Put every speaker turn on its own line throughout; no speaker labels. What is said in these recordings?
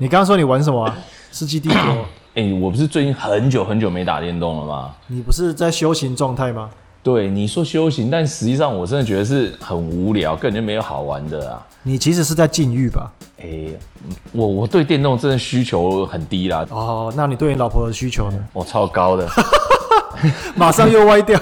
刚刚说你玩什 么、啊？世纪帝国？
哎、我不是最近很久很久没打电动了吗？
你不是在修行状态吗？
对，你说修行，但实际上我真的觉得是很无聊，根本就没有好玩的啊。
你其实是在禁欲吧？
哎、嗯我我对电动真的需求很低啦，
哦，那你对你老婆的需求呢？
我、超高的。
马上又歪 掉。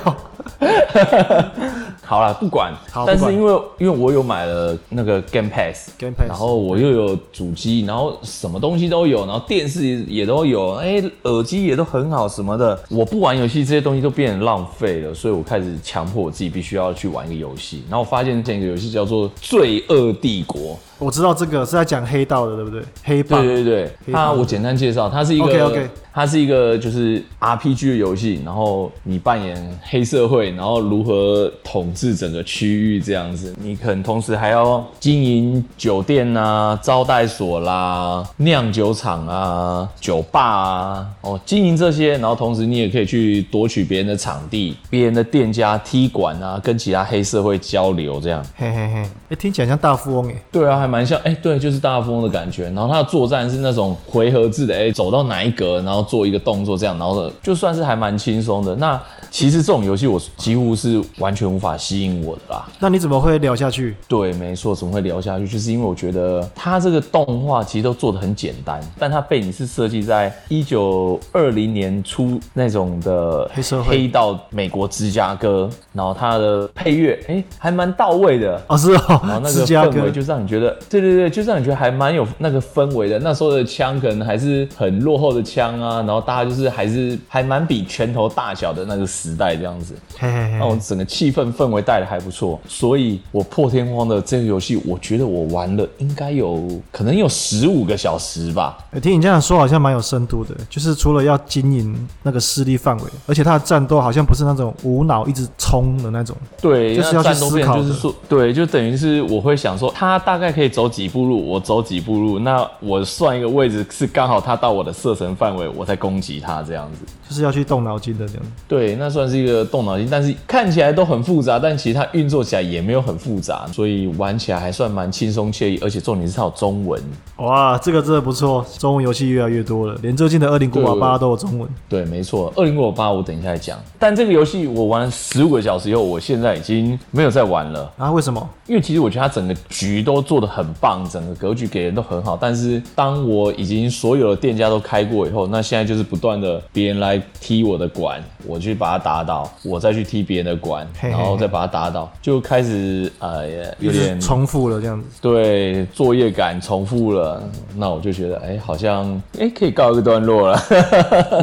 好啦，不管，
好
但
不
是
管
因为因为我有买了那个 Game Pass。
Game Pass
然后我又有主机，然后什么东西都有，然后电视也都有，哎、耳机也都很好什么的。我不玩游戏，这些东西都变得浪费了，所以我开始强迫我自己必须要去玩一个游戏。然后我发现这个游戏叫做《罪恶帝国》，
我知道这个是在讲黑道的，对不对？黑帮。
对对对，
以
它
放
我简单介绍，它是一个
OK，OK
它是一个就是 RPG 的游戏，然后你扮演黑社会，然后如何统治整个区域这样子。你可能同时还要经营酒店啊、招待所啦、酿酒厂啊、酒吧啊，哦，经营这些，然后同时你也可以去夺取别人的场地、别人的店家、踢馆啊，跟其他黑社会交流这样。
嘿嘿嘿，哎、听起来像大富翁哎。
对啊，还蛮像，哎、对，就是大富翁的感觉。然后他的作战是那种回合制的，哎、走到哪一格，然后做一个动作这样，然后就算是还蛮轻松的。那其实这种游戏我几乎是完全无法吸引我的啦。
那你怎么会聊下去？
对，没错，怎么会聊下去？就是因为我觉得它这个动画其实都做的很简单，但它背景是设计在一九二零年初那种的
黑社会
黑到美国芝加哥，然后它的配乐哎、还蛮到位的，
哦，是
然后
哦，
那
芝
个
加
氛
哥
围就让你觉得，对对对，就让你觉得还蛮有那个氛围的。那时候的枪可能还是很落后的枪啊，然后大家就是还是还蛮比拳头大小的那个时代这样子，
嘿嘿
那
嘿，
种整个气氛氛围带的还不错。所以我破天荒的这个游戏，我觉得我玩了应该有可能有十五个小时吧。
欸听你这样说，好像蛮有深度的。就是除了要经营那个势力范围，而且他的战斗好像不是那种无脑一直冲的那种。
对，
就是要
那
去
战斗
思
片
考
就是
的
说，对，就等于是我会想说，他大概可以走几步路，我走几步路，那我算一个位置是刚好他到我的射程范围，我再攻击他这样子。
就是要去动脑筋的这样。
对，那算是一个动脑筋，但是看起来都很复杂，但其实它运作起来也没有很复杂，所以玩起来还算蛮轻松惬意，而且重点是它有中文。
哇，这个真的不错，中文游戏越来越多了，连最近的《二零古堡
对
八》都有中文。
对，没错，《二零五八》我等一下再讲。但这个游戏我玩了十五个小时以后，我现在已经没有在玩了。
啊，为什么？
因为其实我觉得它整个局都做得很棒，整个格局给人都很好。但是当我已经所有的店家都开过以后，那现在就是不断的别人来踢我的管，我去把他打倒，我再去踢别人的管，
嘿嘿
然后再把他打倒，就开始呃有
就是
点
重复了这样子。
对作业感重复了。那我就觉得哎、好像哎、可以告一个段落了。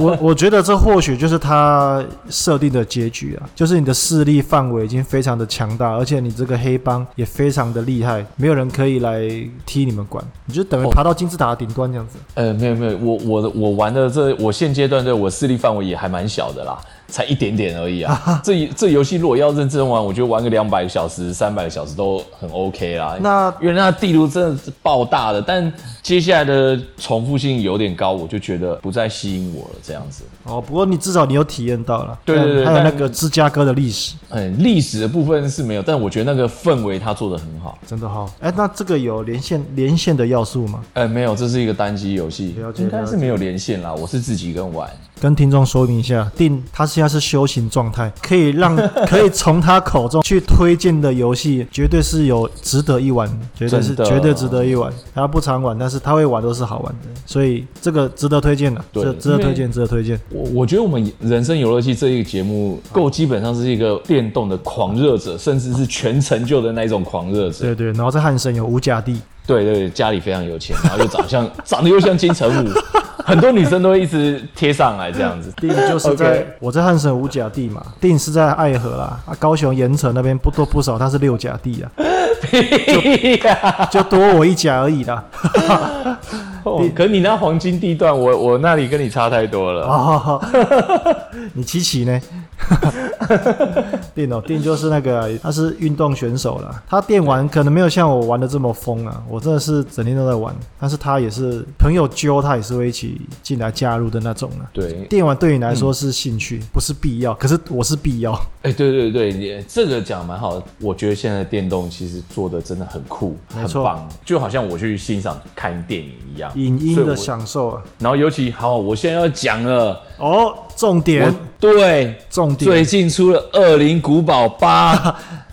我 我觉得这或许就是他设定的结局啊，就是你的势力范围已经非常的强大，而且你这个黑帮也非常的厉害，没有人可以来踢你们管，你就
哦
等于爬到金字塔的顶端这样子。
呃，没有没有，我我的我玩的这我现阶段对我势力范围也还蛮小的啦，才一点点而 已啊。这这游戏如果要认真玩，我觉得玩个两百个小时、三百个小时都很 OK 啦。
那
因为那地图真的是爆大的，但接下来的重复性有点高，我就觉得不再吸引我了这样子。
哦，不过你至少你有体验到了，
对对对
还有那
但
个芝加哥的历史，
嗯，历史的部分是没有，但我觉得那个氛围它做的很好。
真的哈、哎，那这个有连线连线的要素吗？
呃，没有，这是一个单机游戏
了，解
应该
了
是没有连线啦，我是自己一个人玩。
跟听众说明一下，定他现在是修行状态，可以让 可以从他口中去推荐的游戏，绝对是有值得一玩，绝对是
真的
绝对值得一玩。他不常玩，但是他会玩都是好玩的，所以这个值得推荐的，
对
这值得
因为
推荐，值得推荐。
我我觉得我们人生游乐器这一个节目，够基本上是一个电动的狂热者，甚至是全成就的那一种狂热者。
对对，然后在汉神有五甲地，
对对对，家里非常有钱，然后又长相长得又像金城武，很多女生都会一直贴上来这样子。
定 就是在
OK
我在汉神五甲地嘛，定是在爱河啦，啊，高雄盐城那边不多不少，他是六甲地 啊，就多我一甲而已啦。
哦可你那
哦啊
黄金地段，我我那里跟你差太多了。
哦，你琪琪呢？ 定哦，定就是那个啊，他是运动选手啦。他电玩可能没有像我玩的这么疯啊，我真的是整天都在玩。但是他也是朋友揪，他也是会一起进来加入的那种啊。
对，
电玩对你来说是兴趣，不是必要。可是我是必要，
哎、对对对，你这个讲蛮好的。我觉得现在电动其实做的真的很酷，
没
很
错
棒，就好像我去欣赏看电影一样。
影
所
音
以
的
我
享受啊。
然后尤其好，我现在要讲了，
哦，重点
我，对
重点
最。近出了《恶灵古堡八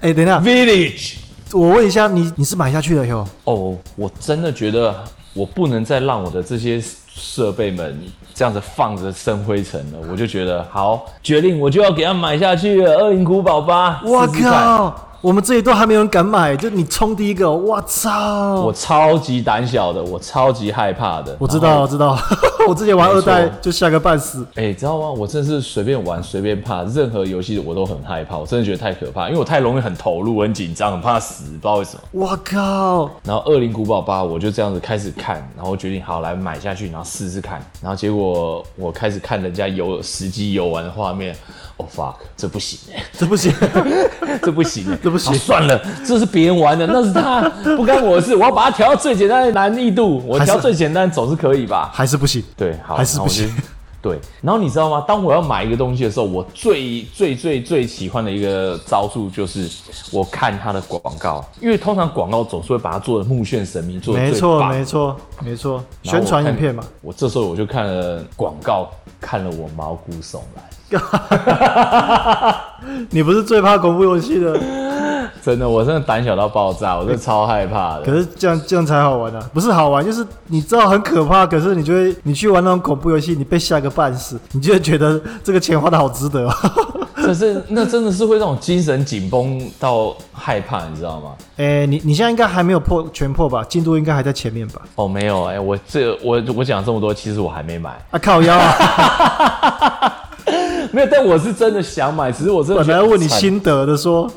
哎、等一 下，
Village》
我问一下你，你是买下去了哟？
哦，我真的觉得我不能再让我的这些设备们这样子放着生灰尘了，我就觉得好，决定我就要给它买下去了，《恶灵古堡八》。
我
试试看！
靠！我们这里都还没有人敢买，就你冲第一个，我操！
我超级胆小的，我超级害怕的。
我知道，我知道， 我之前玩二代
没错
就吓个半死。
哎、知道吗？我真的是随便玩随便怕，任何游戏我都很害怕，我真的觉得太可怕，因为我太容易很投入、很紧张、很怕死，不知道为什么。
我靠！
然后《恶灵古堡八》我就这样子开始看，然后决定好来买下去，然后试试看。然后结果我开始看人家游实际游玩的画面，哦、fuck，这不行哎、
这 不行，
这不行、欸，
这不行
好算了，这是别人玩的，那是他，不干我的事。我要把它调到最简单的难易度，我
还是
调最简单总是可以吧？
还是不行。
对，好，
还是不行
然后我就。对，然后你知道吗？当我要买一个东西的时候，我最最最最喜欢的一个招数就是我看它的广告，因为通常广告总是会把它做的目眩神迷，做的
没
最
错，
棒。
没错，没错，
然后
宣
我
传
看
影片嘛。
我这时候我就看了广告，看了我毛骨悚然。
你不是最怕恐怖游戏的，
真的，我真的胆小到爆炸，我真的超害怕
可
的。
是这样这样才好玩啊！不是好玩，就是你知道很可怕，可是你就会你去玩那种恐怖游戏，你被吓个半死，你就会觉得这个钱花的好值得、 哦。
这是那真的是会让我精神紧绷到害怕，你知道吗？
哎、你你现在应该还没有破全破吧？进度应该还在前面吧？
哦，没有，哎、我这我我讲这么多，其实我还没买。
啊靠腰 啊！
没有，但我是真的想买，只是我真的
本
觉得
来问你
惨
心得的说，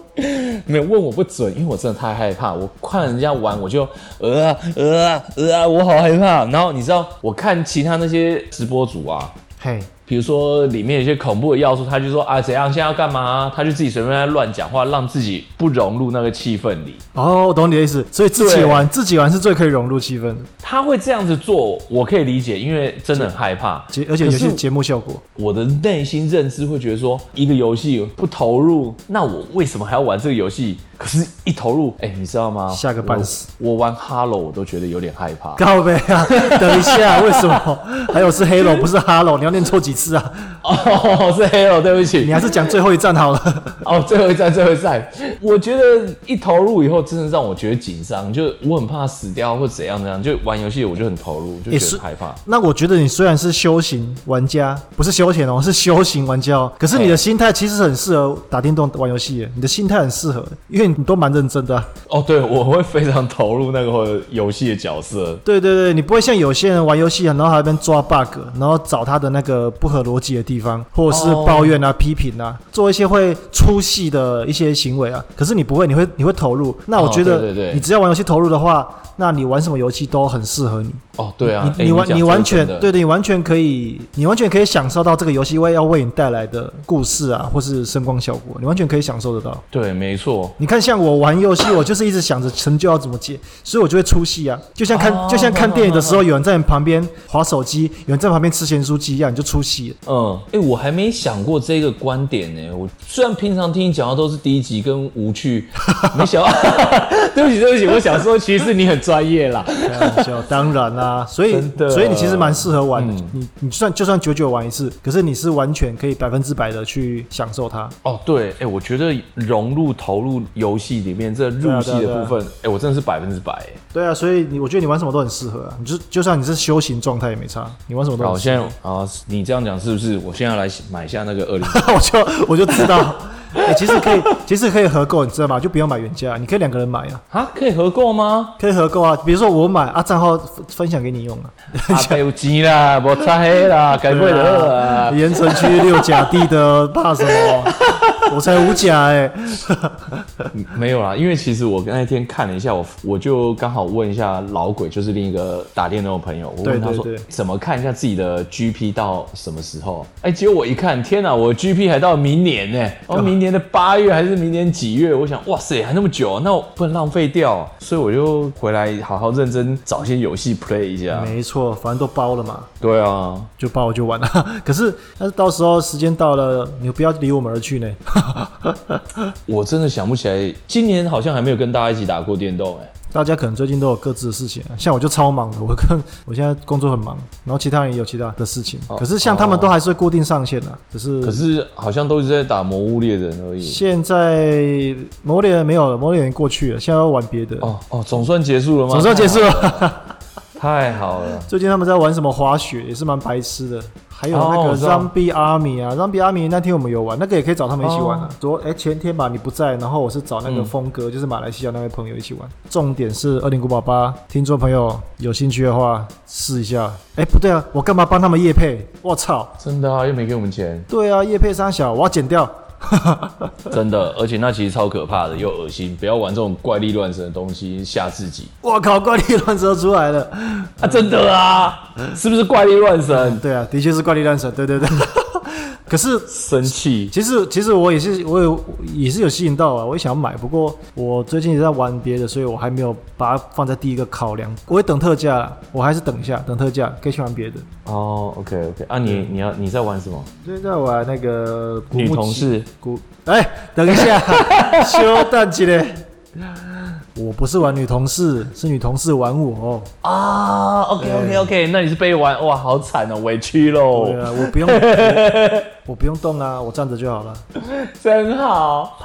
没有问我不准，因为我真的太害怕。我看人家玩，我就呃啊呃啊呃啊，我好害怕。然后你知道，我看其他那些直播主啊，
嘿，
比如说里面有一些恐怖的要素，他就说啊怎样现在要干嘛、他就自己随便在乱讲话，让自己不融入那个气氛里。
哦，我懂你的意思，所以自己
对
玩自己玩是最可以融入气氛的，
他会这样子做，我可以理解，因为真的很害怕。
节而且
可
有
是
些节目效果。
我的内心认知会觉得说，一个游戏不投入，那我为什么还要玩这个游戏？可是，一投入，哎、你知道吗？
吓个半死
我！我玩 Hello 我都觉得有点害怕。
告呗啊！ 等一下，为什么？ 还有是黑龙不是哈龙，你要念错几次啊？
哦，是 Hello，对不
你
起。
还是讲最后一站好了。
哦，最后一站，最后一站，我觉得一投入以后，真的让我觉得紧张，就我很怕死掉或怎样怎样。就玩游戏我就很投入，就
也
觉
是
得害怕。
那我觉得你虽然是修行玩家，不是休闲哦，是修行玩家哦，可是你的心态其实很适合打电动玩游戏耶，你的心态很适合，因为你都蛮认真的啊、
哦，对，我会非常投入那个游戏的角色。
对对对，你不会像有些人玩游戏，啊然后还在那边抓 bug，然后找他的那个不合逻辑的地方，或者是
哦
抱怨啊、批评啊，做一些会出戏的一些行为啊。可是你不会，你会你会投入。那我
哦
觉
对
得
对，对
你只要玩游戏投入的话，那你玩什么游戏都很适合你。
哦，对啊，哎
你完
讲
你
这个
完
真
全
的
对对，你完全可以，你完全可以享受到这个游戏为要为你带来的故事啊，或是声光效果，你完全可以享受得到。
对，没错。
你看，像我玩游戏，我就是一直想着成就要怎么解，所以我就会出戏啊。就像看，
哦
就像看电影的时候，有人在你旁边划手机，有人在旁边吃咸酥鸡一样，你就出戏了。
嗯，哎、我还没想过这个观点呢、我虽然平常听你讲的都是低级跟无趣，没想到， 对不起，对不起，我想说，其实你很专业啦。
开玩笑，当然啦、所以
真的嗯
所以你其实蛮适合玩的。你你就算就算久久玩一次，可是你是完全可以百分之百的去享受它。
哦，对，哎、我觉得融入投入游戏里面这入戏
对啊对啊
的部分，哎、我真的是百分之百、欸。
对啊，所以你我觉得你玩什么都很适合啊。你就就算你是修行状态也没差，你玩什么都
好，
很适
现在啊，你这样讲是不是？我现在来买下那个二零，
合。 我就我就知道，哎、其实可以其实可以合购，你知道吗？就不用买原价，你可以两个人买啊。
啊，可以合购吗？
可以合购啊，比如说我买啊，账号分分享给你用啊。
啊，有钱啦，无擦黑啦，改不了啊。
盐城区六甲地的怕什么？我才五甲哎、
没有啦，因为其实我那天看了一下，我我就刚好问一下老鬼，就是另一个打电动的朋友，我问他说
对对对
怎么看一下自己的 GP 到什么时候？哎、结果我一看，天哪，我 GP 还到明年呢、哦，明年的八月还是明年几月？我想，哇塞，还那么久，啊那我不能浪费掉，啊所以我就回来好好认真找些游戏 play 一下。
没错，反正都包了嘛，
对啊，
就包就完了。可是，但是到时候时间到了，你不要离我们而去呢。
我真的想不起来，今年好像还没有跟大家一起打过电动哎、
大家可能最近都有各自的事情，像我就超忙的，我跟我现在工作很忙，然后其他人也有其他的事情。可是像他们都还是会固定上线的、只是
可是好像都是在打《魔物猎人》而已。
现在魔猎人没有了，魔猎人过去了，现在要玩别的。
哦哦，总算结束了吗？
总算结束了。
太好了，
最近他们在玩什么滑雪，也是蛮白痴的。还有
哦
那
我
个
知道
Zombie Army 啊，Zombie Army 那天我们有玩，那个也可以找他们一起
哦
玩啊。昨哎、前天吧你不在，然后我是找那个峰哥，就是马来西亚那位朋友一起玩。重点是二零古堡八，听众朋友有兴趣的话试一下。哎、不对啊，我干嘛帮他们夜配？我操！
真的啊，又没给我们钱，
对啊，夜配三小，我要剪掉。
真的，而且那其实超可怕的，又恶心，不要玩这种怪力乱神的东西吓自己
我靠，怪力乱神出来了。
啊！真的啊，是不是怪力乱神？
对啊，的确是怪力乱神。对对 对。可是
生气
其实其实我也是我有也是有吸引到啊，我也想买，不过我最近也在玩别的，所以我还没有把它放在第一个考量。我会等特价啦，我还是等一下，等特价可以去玩别的。
哦，OK OK，啊你你要你在玩什么？
最近在玩那个古
女
墓
同
奇
事
古，哎、等一下，休蛋鸡嘞！我不是玩女同事，是女同事玩我。哦
啊，OK OK OK，那你是被玩哇，好惨哦，委屈喽
对，啊，我不用我，我不用动啊，我站着就好了。
真好，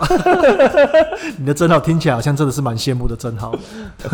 你的真好听起来好像真的是蛮羡慕的，真好。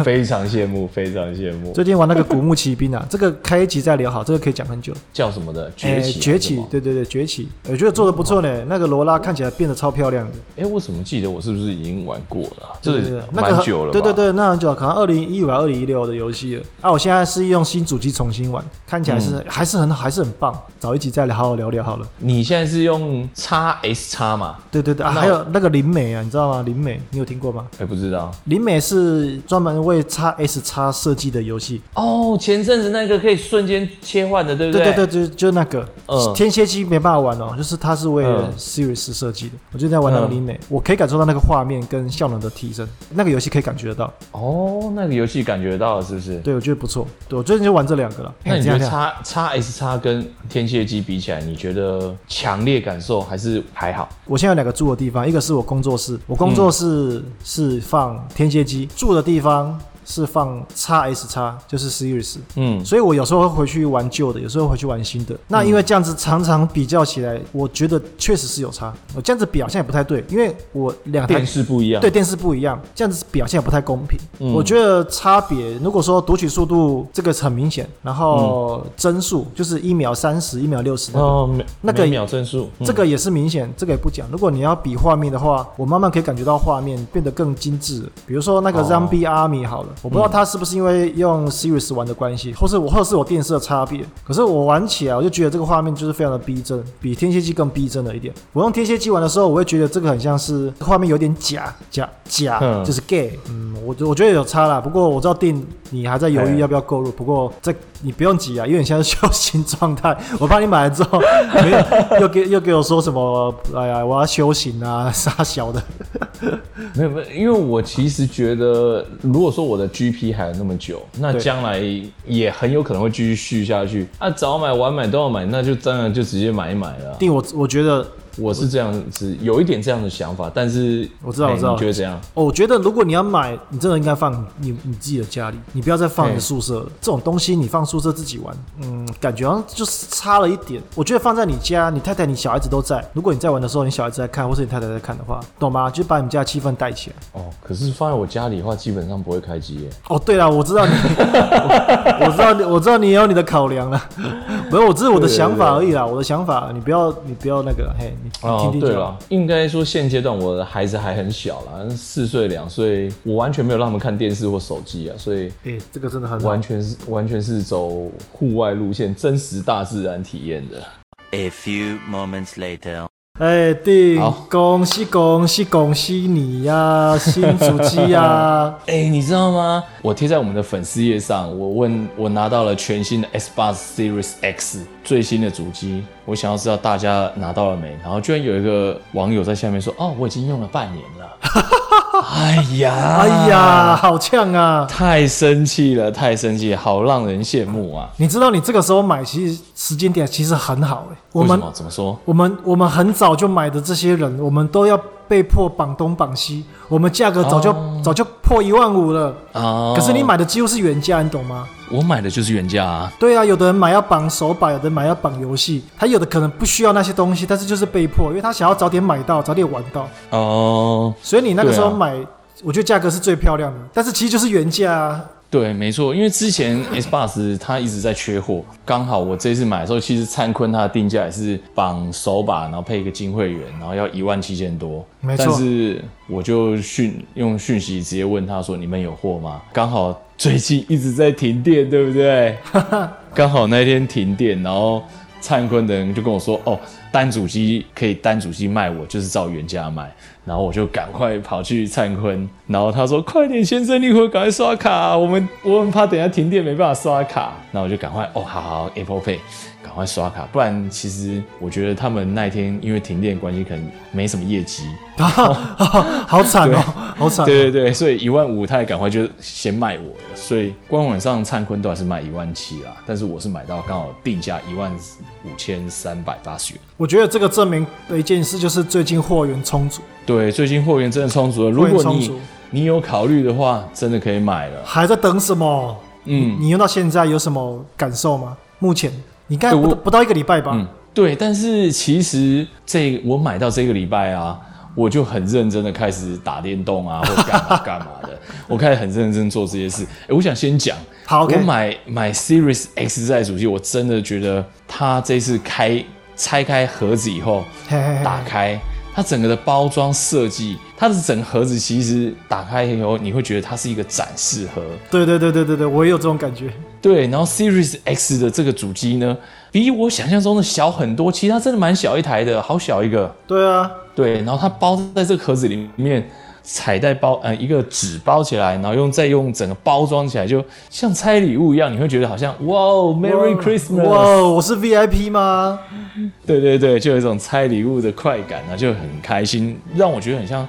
非常羡慕，非常羡慕，
最近玩那个古墓奇兵啊，这个开一集再聊好，这个可以讲很久。
叫什么的崛
哎，
起啊
崛
什
起
么，
对对对，崛起，我觉得做的不错呢。那个罗拉看起来变得超漂亮的，
哎、我怎么记得我是不是已经玩过了啊？这
对
里
对对，那个
蛮
很
久了吧，
对对对，那很久了，可能二零一五、二零一六的游戏了。啊，我现在是用新主机重新玩，看起来
嗯
是还是很还是很棒。找一集再来好好聊聊好了。
你现在是用 x S x 嘛？
对对对，啊，还有那个林美啊，你知道吗？林美，你有听过吗？
哎、不知道
林美是专门为 x S x 设计的游戏，
哦。前阵子那个可以瞬间切换的，对不
对
对
对对，就就那个、
嗯
天蝎机没办法玩哦，就是它是为了
嗯
Series 设计的。我就在玩那个
嗯
灵美，我可以感受到那个画面跟效能的提升，那个游戏可以感觉得到。
哦，那个游戏感觉到了，是不是？
对，我觉得不错。对我最近就玩这两个了。
那
哎
你
这
觉
样
得
这样
x x S x 跟天蝎机比起来，你觉得强烈感受还是还好？
我现在有两个住的地方，一个是我工作室，我工作室是放天蝎机，住的地方是放 x S x 就是 Series。
嗯，
所以我有时候会回去玩旧的，有时候回去玩新的。那因为这样子常常比较起来，我觉得确实是有差。我这样子比好像也不太对，因为我两台
电视不一样。
对，电视不一样，这样子表现也不太公平。
嗯
我觉得差别，如果说读取速度这个很明显，然后帧数就是一秒三十、一秒六十、
嗯哦，每
那个
每秒帧数，嗯
这个也是明显，这个也不讲。如果你要比画面的话，我慢慢可以感觉到画面变得更精致了。比如说那个
哦嗯
Zombie Army 好了，我不知道它是不是因为用 Series 玩的关系，或是我或是我电视的差别。可是我玩起来，我就觉得这个画面就是非常的逼真，比天蝎机更逼真了一点。我用天蝎机玩的时候，我会觉得这个很像是画面有点假假假，
嗯
就是 gay。嗯，我我觉得有差啦。不过我知道定你还在犹豫
哎
要不要购入，不过这你不用急啊，因为你现在是休息状态，我怕你买了之后没有又给又给我说什么，哎呀，我要修行啊，傻小的。
没有没有，因为我其实觉得，如果说我的 GP 还有那么久，那
对
将来也很有可能会继续续下去。啊，早买晚买都要买，那就当然就直接买一买了。
定我我觉得，
我是这样子，有一点这样的想法，但是
我知道
哎
我知道
你觉得怎样？
哦我觉得如果你要买，你真的应该放你你自己的家里，你不要再放你的
嗯
宿舍了。这种东西你放宿舍自己玩，嗯，感觉好像就是差了一点。我觉得放在你家，你太太、你小孩子都在，如果你在玩的时候，你小孩子在看，或是你太太在看的话，懂吗？就把你们家的气氛带起来。
哦，可是放在我家里的话，基本上不会开机耶。
哦，对了，我知道 你，我我知道你，我知道你也有你的考量 了。没有，我只是我的想法而已啦，我的想法，你不要，你不要那个，嘿，你你啊听
哦，
听
对
就好。
了，应该说现阶段我的孩子还很小啦，四岁两岁，我完全没有让他们看电视或手机啊，所以
哎、这个真的很好
完全是完全是走户外路线，真实大自然体验的。
A few moments later.
哎，弟
好，
恭喜恭喜恭喜你呀、新主机呀、
哎、你知道吗？我贴在我们的粉丝页上，我问我拿到了全新的 Xbox Series X 最新的主机，我想要知道大家拿到了没。然后居然有一个网友在下面说：“哦，我已经用了半年 了。”哎呀，
哎呀，，好呛啊！
太生气了，太生气了，好让人羡慕啊！
你知道你这个时候买，其实时间点其实很好哎、我
为什
们
么？怎么说？
我们我们很早就买的这些人，我们都要被迫绑东绑西，我们价格早就、
哦
早就破一万五了。
啊、
可是你，买的几乎是原价，你懂吗？
我买的就是原价啊。
对啊，有的人买要绑手把，有的人买要绑游戏，他有的可能不需要那些东西，但是就是被迫，因为他想要早点买到，早点玩到，
哦、
所以你那个时候
对啊
买，我觉得价格是最漂亮的，但是其实就是原价啊。
对，没错，因为之前 Xbox 它一直在缺货，刚好我这次买的时候，其实灿坤它的定价也是绑手把，然后配一个金会员，然后要一万七千多。
没错
但是我就讯用讯息直接问他说：“你们有货吗？”刚好最近一直在停电，对不对？刚好那天停电，然后灿坤的人就跟我说：“哦，单主机可以单主机卖我，就是照原价卖。”然后我就赶快跑去灿坤，然后他说：“快点，先生，你会赶快刷卡，我们 我很怕等一下停电没办法刷卡。”那我就赶快哦，好好 Apple Pay，赶快刷卡，不然其实我觉得他们那一天因为停电的关系，可能没什么业绩。
好惨哦，好 惨、
对对对，所以一万五他也赶快就先卖我了，所以官网上灿坤都还是卖一万七啦，但是我是买到刚好定价一万五千三百八十元。
我觉得这个证明的一件事就是最近货源充足，
对，最近货源真的充足了，如
货源
果
充
你
足
你有考虑的话，真的可以买了。
还在等什么？
嗯，
你用到现在有什么感受吗？目前你应该
对
不
我
不到一个礼拜吧？
嗯，对，但是其实这我买到这个礼拜啊，我就很认真的开始打电动啊，或干嘛干嘛的，我开始很认真做这些事。诶我想先讲，
好，OK
我买买 Series X 这台主机，我真的觉得它这次开拆开盒子以后，
嘿嘿嘿
打开。它整个的包装设计，它的整个盒子其实打开以后，你会觉得它是一个展示盒，
对对对对对对，我也有这种感觉。
对，然后 Series X 的这个主机呢，比我想象中的小很多，其实它真的蛮小一台的，好小一个。
对啊，
对，然后它包在这个盒子里面，彩带包，呃，一个纸包起来，然后用再用整个包装起来，就像拆礼物一样，你会觉得好像哇哦，Merry
哇
Christmas，
哇哦，我是 VIP 吗？
对对对，就有一种拆礼物的快感啊，就很开心，让我觉得很像，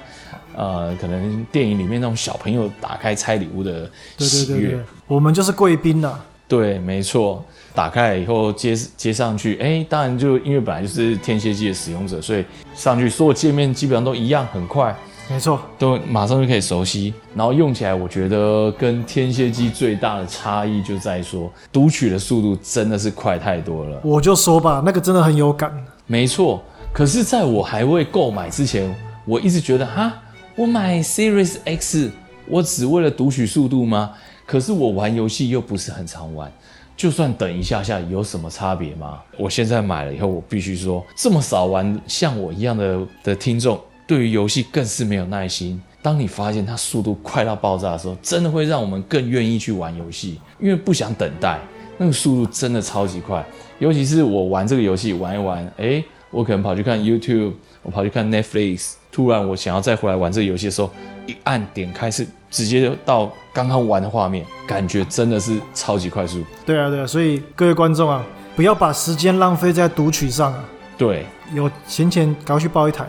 呃，可能电影里面那种小朋友打开拆礼物的
对对
喜悦。
对对，我们就是贵宾呐。
对，没错。打开以后接接上去，哎、当然就因为本来就是天蝎机的使用者，所以上去所有界面基本上都一样，很快
没错，
都马上就可以熟悉。然后用起来，我觉得跟天蝎机最大的差异就在于说，读取的速度真的是快太多了。
我就说吧，那个真的很有感。
没错，可是在我还未购买之前，我一直觉得哈，我买 Series X，我只为了读取速度吗？可是我玩游戏又不是很常玩，就算等一下下有什么差别吗？我现在买了以后，我必须说，这么少玩像我一样的的听众，对于游戏更是没有耐心。当你发现它速度快到爆炸的时候，真的会让我们更愿意去玩游戏，因为不想等待。那个速度真的超级快，尤其是我玩这个游戏玩一玩，诶，我可能跑去看 YouTube，我跑去看 Netflix，突然我想要再回来玩这个游戏的时候，一按点开是直接就到刚刚玩的画面，感觉真的是超级快速。
对啊对啊，所以各位观众啊，不要把时间浪费在读取上啊，
对，
有闲钱赶快去包一台。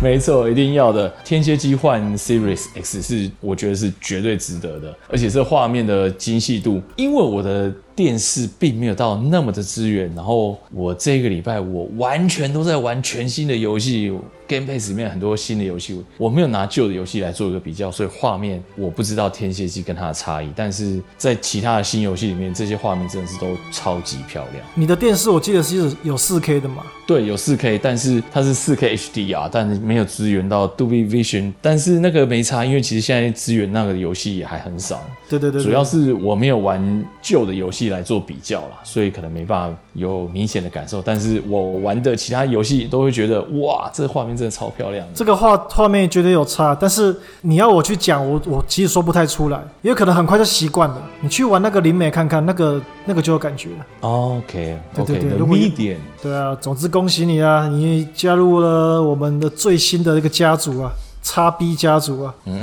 没错，一定要的。天蝎机换 Series X 是我觉得是绝对值得的，而且这画面的精细度，因为我的电视并没有到那么的资源，然后我这个礼拜我完全都在玩全新的游戏，Game Pass 里面很多新的游戏，我没有拿旧的游戏来做一个比较，所以画面我不知道天蝎机跟它的差异，但是在其他的新游戏里面，这些画面真的是都超级漂亮。
你的电视我记得是有有四 K 的嘛？
对，有 4K，但是它是 4K HDR，但是没有支援到 Dolby Vision，但是那个没差，因为其实现在支援那个游戏也还很少。
对对对对，
主要是我没有玩旧的游戏，戏来做比较啦，所以可能没办法有明显的感受。但是我玩的其他游戏都会觉得，哇，这画面真的超漂亮的。
这个画画面绝对有差，但是你要我去讲，我我其实说不太出来，因为可能很快就习惯了。你去玩那个灵美看看，那个那个就有感觉了。
OK
对
OK，
对对
the
如果有
medium
对啊，总之恭喜你啊，你加入了我们的最新的一个家族啊，叉 B 家族啊。
嗯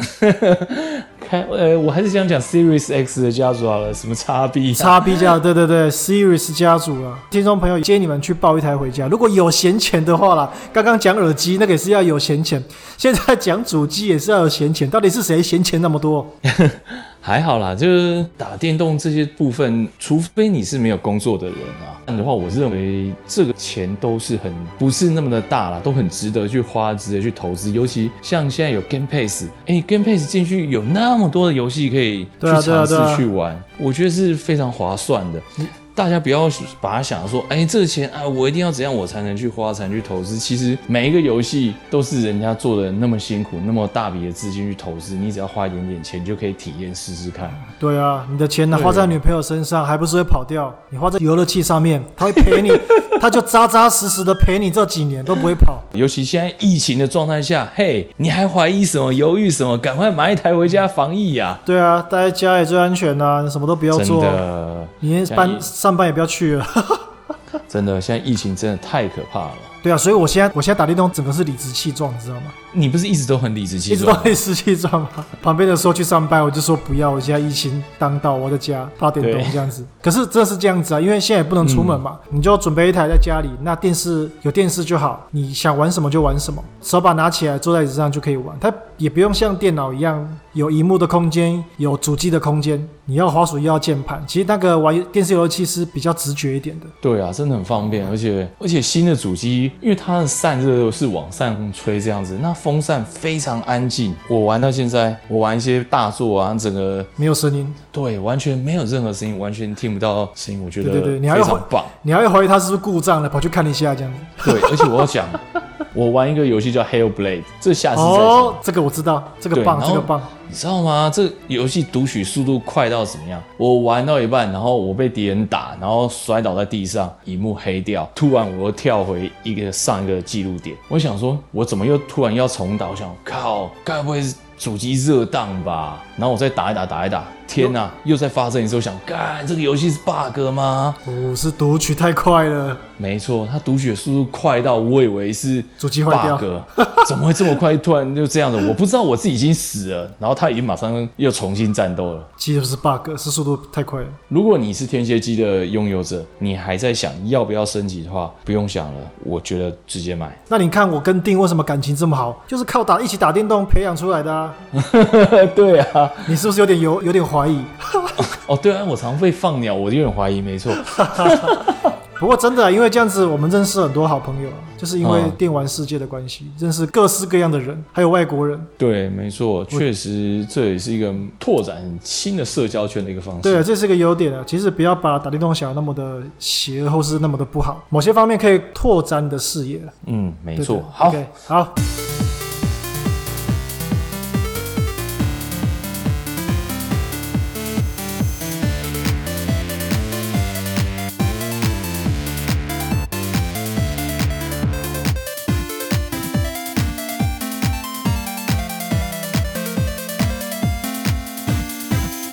开呃，我还是想讲 Series X 的家族好了，什么啊叉 B
叉 B 家，对对对，Series 家族啊，听众朋友建议你们去抱一台回家，如果有闲钱的话啦。刚刚讲耳机那个也是要有闲钱，现在讲主机也是要有闲钱，到底是谁闲钱那么多？
还好啦，就是打电动这些部分，除非你是没有工作的人啊，不然的话，我认为这个钱都是很不是那么的大啦，都很值得去花，值得去投资。尤其像现在有 Game Pass，哎、g a m e Pass 进去有那么多的游戏可以去
对啊
尝
对啊
试
对啊
去玩，我觉得是非常划算的。大家不要把它想说，哎、这个钱啊，我一定要怎样我才能去花，才能去投资。其实每一个游戏都是人家做的那么辛苦，那么大笔的资金去投资，你只要花一点点钱就可以体验试试看。
对啊，你的钱呢
对啊
花在女朋友身上，还不是会跑掉？你花在游乐器上面，他会陪 你，他就扎扎实实的陪你这几年都不会跑。
尤其现在疫情的状态下，嘿，你还怀疑什么、犹豫什么？赶快买一台回家防疫呀、
对啊，待在家也最安全呐、你什么都不要
真
做，啊
的，
你
像
班
疫
上班也不要去啊了。
真的，现在疫情真的太可怕了。
对啊，所以我现在我现在打电动，整个是理直气壮，你知道吗？
你不是一直都很理直气
一直
壮
都
吗？
很湿气壮嘛。旁边的说去上班，我就说不要，我现在疫情当道，我在家八点
对嗯
钟这样子。可是这是这样子啊，因为现在也不能出门嘛，你就准备一台在家里，那电视有电视就好，你想玩什么就玩什么，手把拿起来坐在椅子上就可以玩，它也不用像电脑一样有荧幕的空间，有主机的空间，你要滑鼠又要键盘，其实那个玩电视游戏是比较直觉一点的。
对啊，真的很方便，而且而且新的主机，因为它的散热是往上吹这样子，那风扇非常安静。我玩到现在，我玩一些大作啊，整个
没有声音，
对完全没有任何声音，完全听不到声音，我觉得
对对对你还
非
有
常棒。
你还会怀疑它是不是故障了，跑去看一下这样子。
对，而且我要讲，我玩一个游戏叫《Hail Blade》，这下次再讲。
哦，这个我知道，这个
对，
棒，
然
这
后
个棒。
你知道吗？这游戏读取速度快到怎么样？我玩到一半，然后我被敌人打，然后摔倒在地上，一幕黑掉。突然我又跳回一个上一个记录点，我想说，我怎么又突然要重打？我想，靠，该不会是主机热当吧？然后我再打一打，打一打，天哪，又再发生一次。我想，干，这个游戏是 bug 吗？
不哦是读取太快了，
没错，它读取的速度快到我以为是
主机坏掉
bug，怎么会这么快？突然就这样的，我不知道我自己已经死了，然后它已经马上又重新战斗了。
其实不是 bug，是速度太快了。
如果你是天蝎机的拥有者，你还在想要不要升级的话，不用想了，我觉得直接买。
那你看我跟定为什么感情这么好，就是靠打一起打电动培养出来的啊！
对啊，
你是不是有点有有点怀疑？
哦 对啊，我常被放鸟，我有点怀疑，没错，
不过真的啊、因为这样子，我们认识很多好朋友啊，就是因为
嗯
电玩世界的关系，认识各式各样的人，还有外国人。
对，没错，确实这也是一个拓展新的社交圈的一个方式。
对啊，这是一个优点啊。其实不要把打电动想得那么的邪恶或是那么的不好，某些方面可以拓展你的视野啊。
嗯，没
对
错
对，
好。
，OK，好。